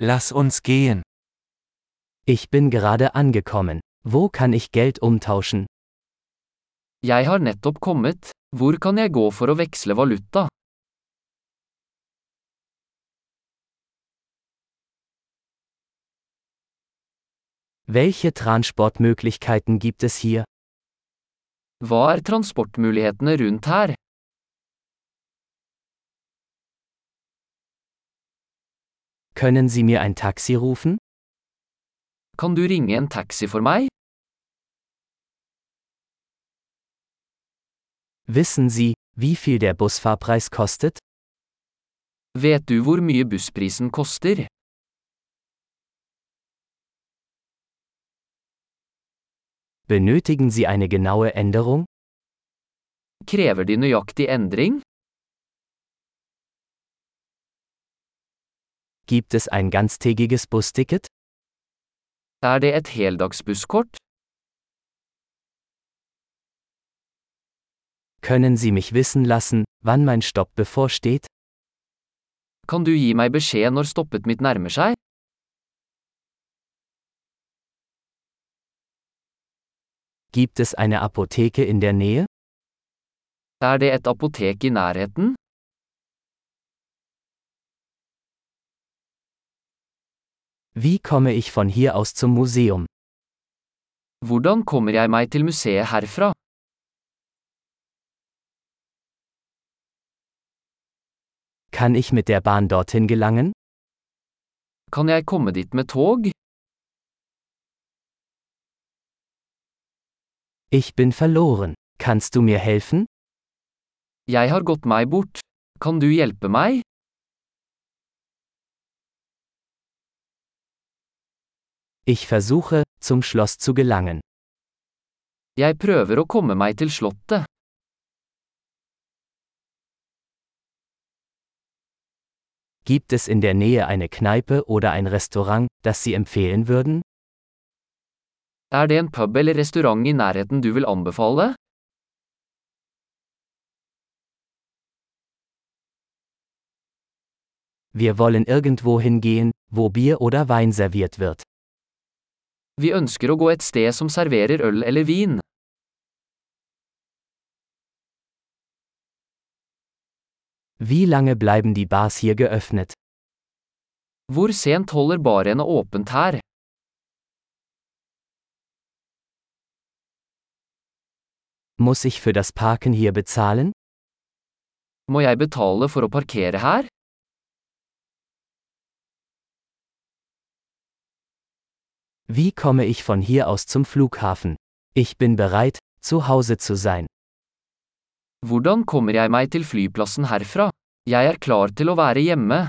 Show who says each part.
Speaker 1: Lass uns gehen.
Speaker 2: Ich bin gerade angekommen. Wo kann ich Geld umtauschen?
Speaker 3: Jeg har nettopp kommet. Hvor kan jeg gå for å veksle valuta?
Speaker 2: Welche Transportmöglichkeiten gibt es hier?
Speaker 3: Hva er transportmulighetene rundt her?
Speaker 2: Können Sie mir ein Taxi rufen?
Speaker 3: Kan du ringe en taxi for meg?
Speaker 2: Wissen Sie, wie viel der Busfahrpreis kostet?
Speaker 3: Vet du hvor mye bussprisen koster?
Speaker 2: Benötigen Sie eine genaue Änderung?
Speaker 3: Krever de nøyaktig endring?
Speaker 2: Gibt es ein ganztägiges Busticket?
Speaker 3: Er det et heldagsbusskort?
Speaker 2: Können Sie mich wissen lassen, wann mein Stopp bevorsteht?
Speaker 3: Kan du gi meg beskjed når stoppet mitt nærmer seg?
Speaker 2: Gibt es eine Apotheke in der Nähe?
Speaker 3: Er det et apotek i nærheten?
Speaker 2: Wie komme ich von hier aus zum Museum?
Speaker 3: Hvordan kommer jeg meg til museet herfra?
Speaker 2: Kann ich mit der Bahn dorthin gelangen?
Speaker 3: Kan jeg komme dit med tog?
Speaker 2: Ich bin verloren. Kannst du mir helfen?
Speaker 3: Jeg har gått meg bort. Kan du hjelpe meg?
Speaker 2: Ich versuche, zum Schloss zu gelangen.
Speaker 3: Jeg prøver å komme meg til slottet.
Speaker 2: Gibt es in der Nähe eine Kneipe oder ein Restaurant, das Sie empfehlen würden?
Speaker 3: Er det en pub eller restaurant i nærheten du vil anbefale?
Speaker 2: Wir wollen irgendwo hingehen, wo Bier oder Wein serviert wird.
Speaker 3: Vi ønsker å gå et sted som serverer øl eller vin.
Speaker 2: Wie lange bleiben die Bars hier geöffnet?
Speaker 3: Hvor sent holder barene åpent her?
Speaker 2: Muss ich für das Parken hier bezahlen?
Speaker 3: Må jeg betale for å parkere her?
Speaker 2: Wie komme ich von hier aus zum Flughafen? Ich bin bereit, zu Hause zu sein.
Speaker 3: Hvordan kommer jeg meg til flyplassen herfra? Jeg er klar til å være hjemme.